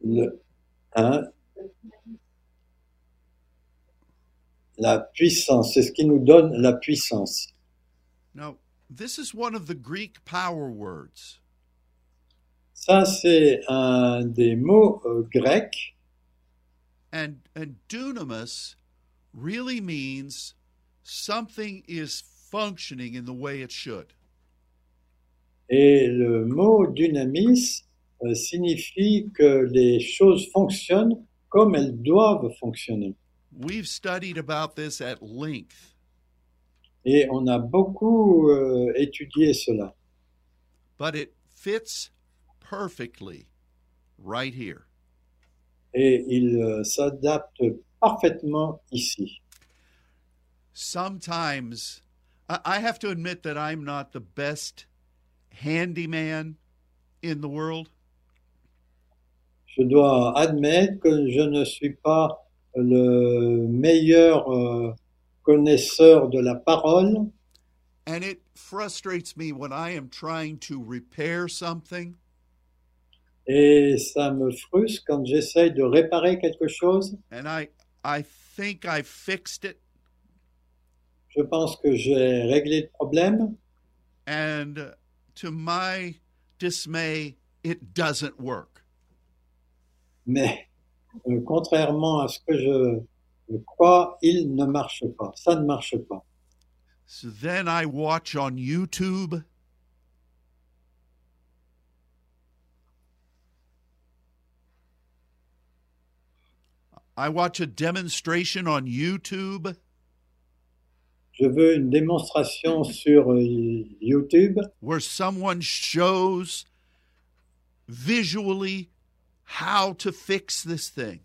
B: le, hein, la puissance. C'est ce qui nous donne la puissance.
A: Now, this is one of the Greek power words,
B: Ça, c'est un des mots euh, grecs.
A: and, and dunamis really means something is functioning in the way it should.
B: Et le mot dynamis euh, signifie que les choses fonctionnent comme elles doivent fonctionner.
A: We've studied about this at length,
B: Et on a beaucoup euh, étudié cela.
A: but it fits perfectly right here.
B: Et il euh, s'adapte parfaitement ici.
A: Sometimes, I I have to admit that I'm not the best handyman in the world.
B: Je dois admettre que je ne suis pas le meilleur euh, connaisseur de la parole.
A: And it frustrates me when I am trying to repair something
B: Et ça me frustre quand j'essaye de réparer quelque chose.
A: and I I think I fixed it
B: Je pense que j'ai réglé le problème.
A: and uh, to my dismay it doesn't work.
B: Mais euh, contrairement à ce que je, je crois, il ne marche pas. Ça ne marche pas.
A: So then I watch on YouTube I watch a demonstration on YouTube
B: Je veux une démonstration sur euh, YouTube
A: where someone shows visually how to fix this thing.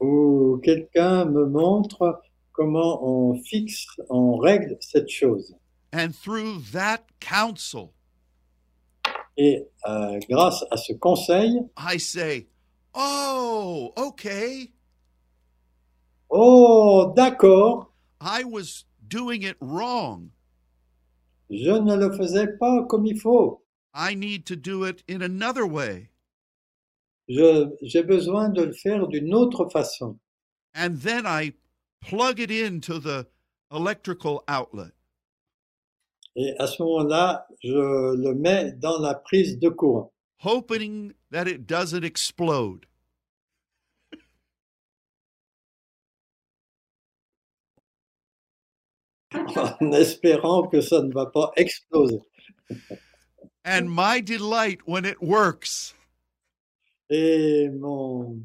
B: ou quelqu'un me montre comment on fixe, on règle cette chose.
A: And through that counsel,
B: Et euh, grâce à ce conseil,
A: I say, Oh, okay.
B: oh d'accord,
A: I was doing it wrong.
B: je ne le faisais pas comme il faut.
A: I need to do it in another way.
B: Je- J'ai besoin de le faire d'une autre façon.
A: And then I plug it into the electrical outlet.
B: Et à ce moment-là, je le mets dans la prise de courant,
A: hoping that it doesn't explode.
B: en espérant que ça ne va pas exploser.
A: And my delight when it works
B: Et mon,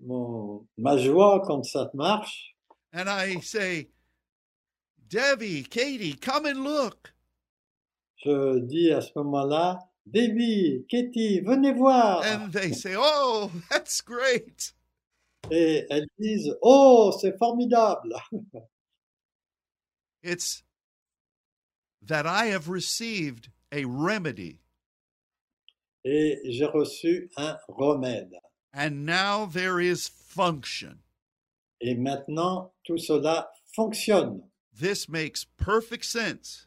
B: mon, ma joie quand ça marche,
A: and I say, Debbie, Katie, come and look.
B: Je dis à ce moment-là, Davy, Katie, venez voir.
A: And they say, Oh, that's great.
B: Et elles disent, oh, c'est formidable.
A: It's that I have received a remedy,
B: Et j'ai reçu un remède.
A: and now there is function.
B: Et maintenant, tout cela fonctionne.
A: This makes perfect sense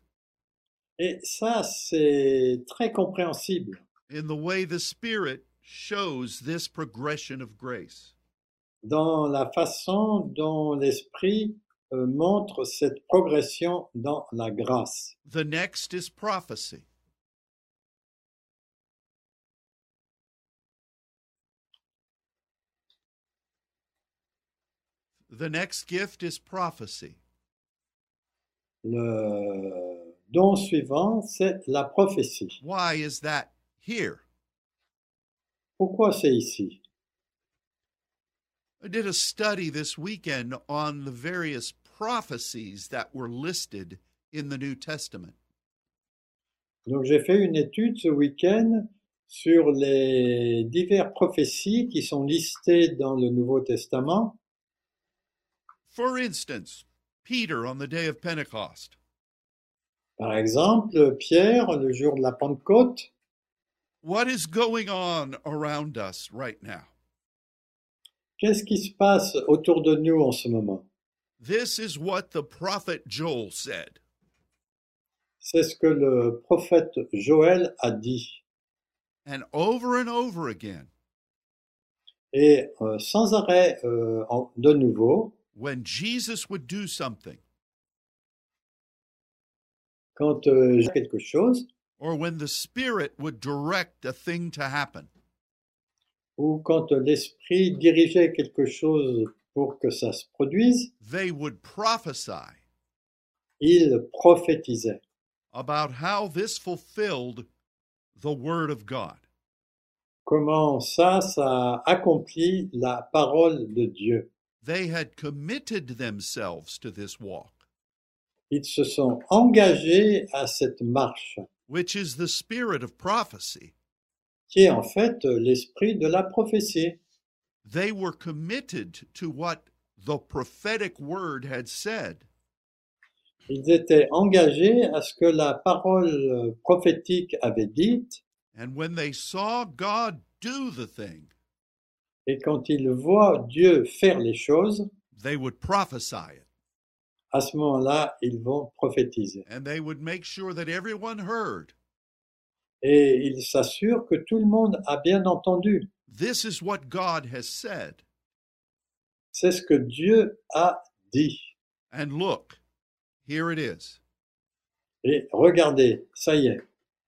B: Et ça, c'est très compréhensible
A: in the way the Spirit shows this progression of grace.
B: dans la façon dont l'esprit euh, montre cette progression dans la grâce.
A: The next is prophecy. The next gift is prophecy.
B: Le don suivant, c'est la prophétie.
A: Why is that here?
B: Pourquoi c'est ici?
A: I did a study this weekend on the various prophecies that were listed in the New Testament.
B: Donc j'ai fait une étude ce week-end sur les diverses prophéties qui sont listées dans le Nouveau Testament.
A: For instance, Peter on the day of Pentecost,
B: Par exemple, Pierre, le jour de la Pentecôte,
A: what is going on around us right now?
B: qu'est-ce qui se passe autour de nous en ce moment
A: This is what the prophet Joel said.
B: C'est ce que le prophète Joël a dit.
A: And over and over again,
B: Et euh, sans arrêt, euh, en- de nouveau,
A: when Jesus would do something
B: quand euh, j'ai quelque chose,
A: or when the Spirit would direct a thing to happen,
B: ou quand l'Esprit dirigeait quelque chose pour que ça se produise,
A: they would prophesy
B: il prophétisait.
A: about how this fulfilled the Word of God.
B: comment ça, ça accomplit la parole de Dieu.
A: They had committed themselves to this walk,
B: Ils se sont engagés à cette marche,
A: which is the spirit of prophecy.
B: qui est en fait l'esprit de la prophétie.
A: They were committed to what the prophetic word had said,
B: Ils étaient engagés à ce que la parole prophétique avait dite,
A: and when they saw God do the thing,
B: et quand ils voient Dieu faire les choses,
A: they would prophesy it.
B: à ce moment-là, ils vont prophétiser.
A: and they would make sure that everyone heard
B: Et ils s'assurent que tout le monde a bien entendu.
A: this is what God has said.
B: C'est ce que Dieu a dit.
A: And look, here it is.
B: Et regardez, ça y est.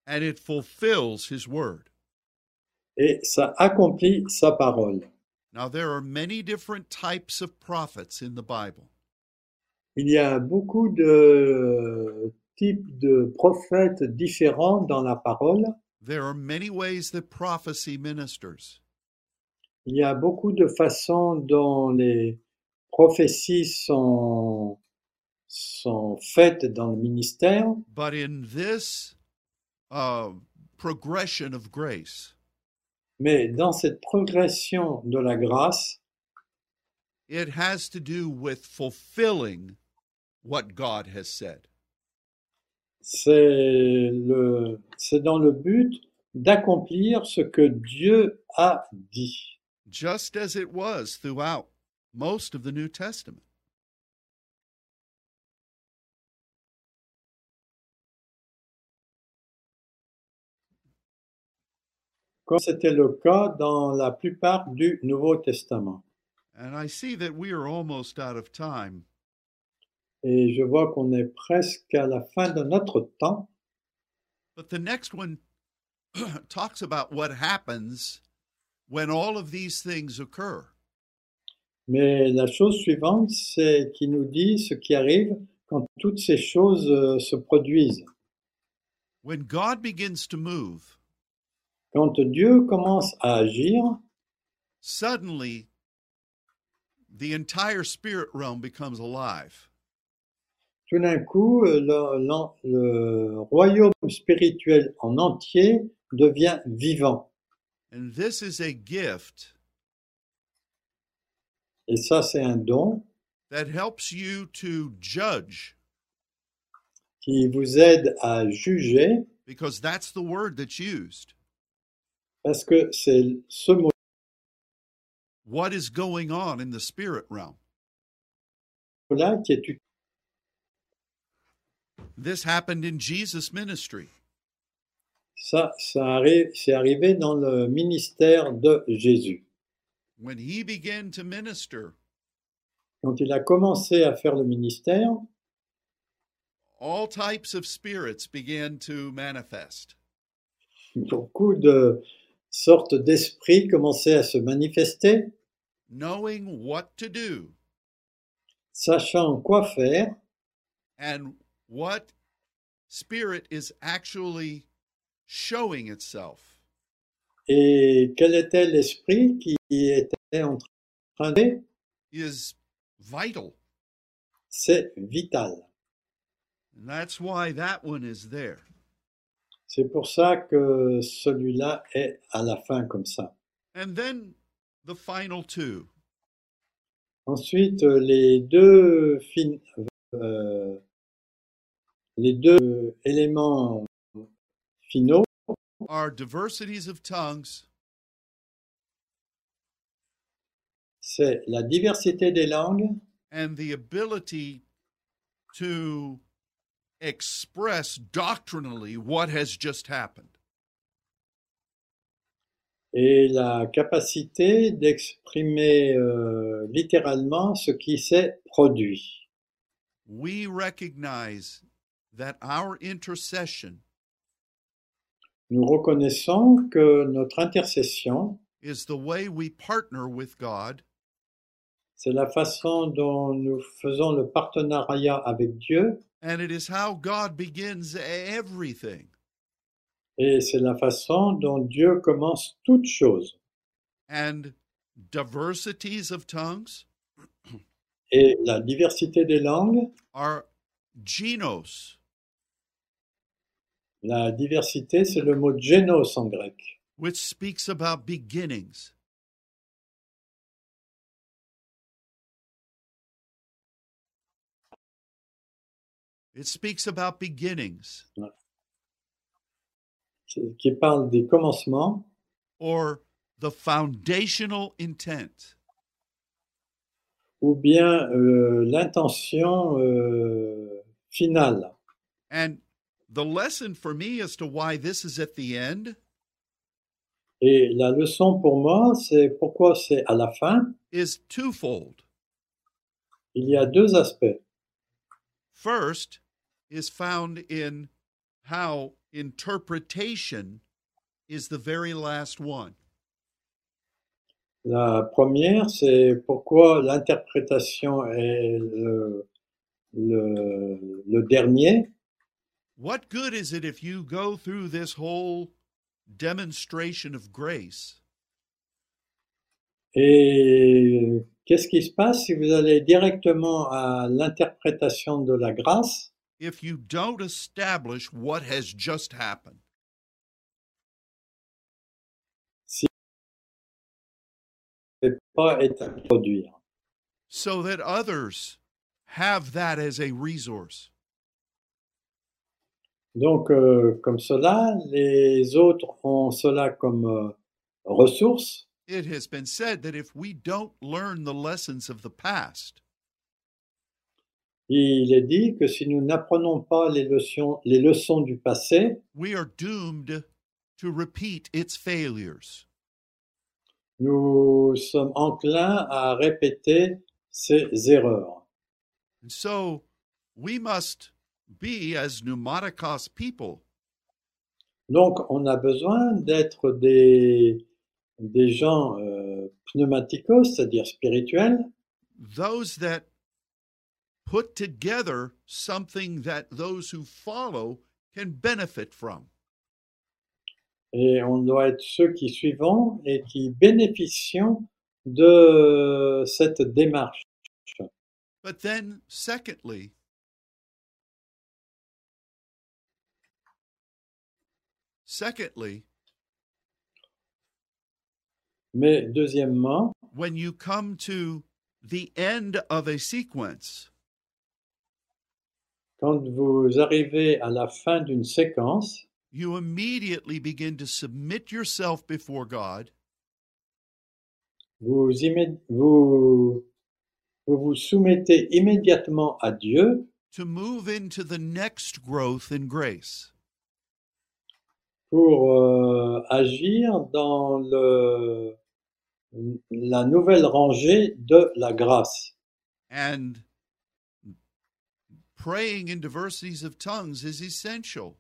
A: And it fulfills his word.
B: Et ça accomplit sa parole.
A: Now, there are many different types of prophets in the Bible.
B: Il y a beaucoup de types de prophètes différents dans la parole.
A: There are many ways that prophecy ministers.
B: Il y a beaucoup de façons dont les prophéties sont, sont faites dans le ministère.
A: But in this uh, progression of grace,
B: Mais dans cette progression de la grâce,
A: It has to do with fulfilling what God has said.
B: c'est le- c'est dans le but d'accomplir ce que Dieu a dit,
A: just as it was throughout most of the New Testament.
B: comme c'était le cas dans la plupart du Nouveau Testament.
A: And I see that we are almost out of time.
B: Et je vois qu'on est presque à la fin de notre temps.
A: But the next one talks about what happens when all of these things occur.
B: Mais la chose suivante, c'est qu'il nous dit ce qui arrive quand toutes ces choses euh, se produisent.
A: When God begins to move,
B: Quand Dieu commence à agir,
A: suddenly the entire spirit realm becomes alive.
B: tout d'un coup, euh, le, l'en- le royaume spirituel en entier devient vivant.
A: And this is a gift
B: Et ça, c'est un don
A: that helps you to judge,
B: qui vous aide à juger
A: because that's the word that's used.
B: parce que c'est ce mot
A: What is going on in the spirit realm?
B: là qui est utilisé.
A: This happened in Jesus' ministry.
B: Ça, ça arrive, c'est arrivé dans le ministère de Jésus.
A: When he began to minister,
B: Quand il a commencé à faire le ministère,
A: all types of spirits began to manifest.
B: beaucoup de sortes d'esprits commençaient à se manifester,
A: Knowing what to do
B: sachant quoi faire
A: and what spirit is actually showing itself.
B: et quel était l'esprit qui était en train de...
A: is vital.
B: C'est vital.
A: And that's why that one is there.
B: C'est pour ça que celui-là est à la fin comme ça.
A: And then the final two
B: Ensuite, euh, les deux, fin- euh, les deux éléments finaux,
A: are diversities of tongues
B: c'est la diversité des langues
A: and the ability to express doctrinally what has just happened.
B: et la capacité d'exprimer euh, littéralement ce qui s'est produit.
A: We recognize that our intercession
B: Nous reconnaissons que notre intercession,
A: is the way we partner with God
B: c'est la façon dont nous faisons le partenariat avec Dieu
A: and it is how God begins everything.
B: et c'est la façon dont Dieu commence toute chose.
A: And diversities of tongues
B: Et la diversité des langues,
A: are genos,
B: La diversité, c'est le mot génos en grec,
A: which speaks about beginnings. It speaks about beginnings
B: qui qui parle des commencements
A: or the foundational intent.
B: ou bien euh, l'intention euh, finale.
A: And the lesson for me as to why this is at the end
B: Et la leçon pour moi, c'est pourquoi c'est à la fin.
A: is twofold.
B: Il y a deux aspects.
A: First is found in how interpretation is the very last one.
B: La première, c'est pourquoi l'interprétation est le, le- le dernier.
A: What good is it if you go through this whole demonstration of grace
B: Et qu'est-ce qui se passe si vous allez directement à l'interprétation de la grâce
A: if you don't establish what has just happened?
B: pas être à produire,
A: so that others have that as a resource.
B: Donc, euh, comme cela, les autres ont cela comme euh, ressource.
A: It has been said that if we don't learn the lessons of the past,
B: Il est dit que si nous n'apprenons pas les leçons, les leçons du passé,
A: we are doomed to repeat its failures.
B: nous sommes enclins à répéter ces erreurs.
A: And so we must be, as pneumaticos people,
B: Donc, on a besoin d'être des, des gens euh, pneumaticos, c'est-à-dire spirituels,
A: those that put together something that those who follow can benefit from.
B: et on doit être ceux qui suivons et qui bénéficions de cette démarche.
A: But then, secondly, secondly,
B: Mais deuxièmement,
A: when you come to the end of a sequence,
B: quand vous arrivez à la fin d'une séquence,
A: you immediately begin to submit yourself before God
B: vous, immé- vous, vous vous soumettez immédiatement à Dieu
A: to move into the next growth in grace.
B: pour euh, agir dans le, la nouvelle rangée de la grâce.
A: And praying in diversities of tongues is essential.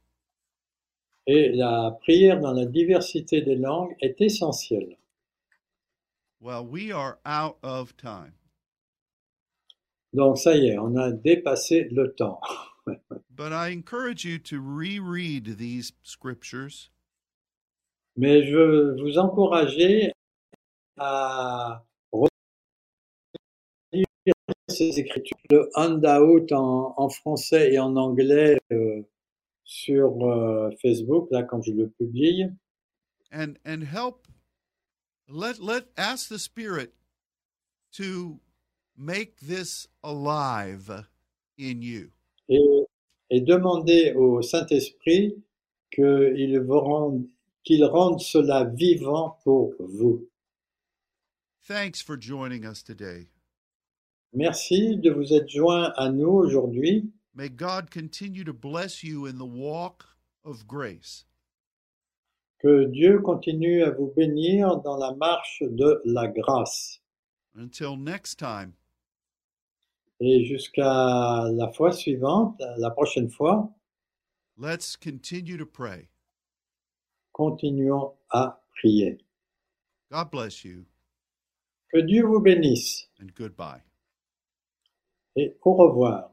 B: Et la prière dans la diversité des langues est essentielle.
A: Well, we are out of time,
B: Donc ça y est, on a dépassé le temps.
A: but I encourage you to reread these scriptures
B: Mais je veux vous encourager à relire ces écritures, le handout en, en français et en anglais euh, sur euh, Facebook, là quand je le publie.
A: and and help. Let let ask the Spirit to make this alive in you.
B: et, et demander au Saint-Esprit qu'il vous rende, qu'il rende cela vivant pour vous.
A: Thanks for joining us today.
B: Merci de vous être joint à nous aujourd'hui.
A: May God continue to bless you in the walk of grace.
B: Que Dieu continue à vous bénir dans la marche de la grâce.
A: Until next time,
B: Et jusqu'à la fois suivante, à la prochaine fois,
A: let's continue to pray.
B: continuons à prier.
A: God bless you
B: Que Dieu vous bénisse
A: and goodbye.
B: et au revoir.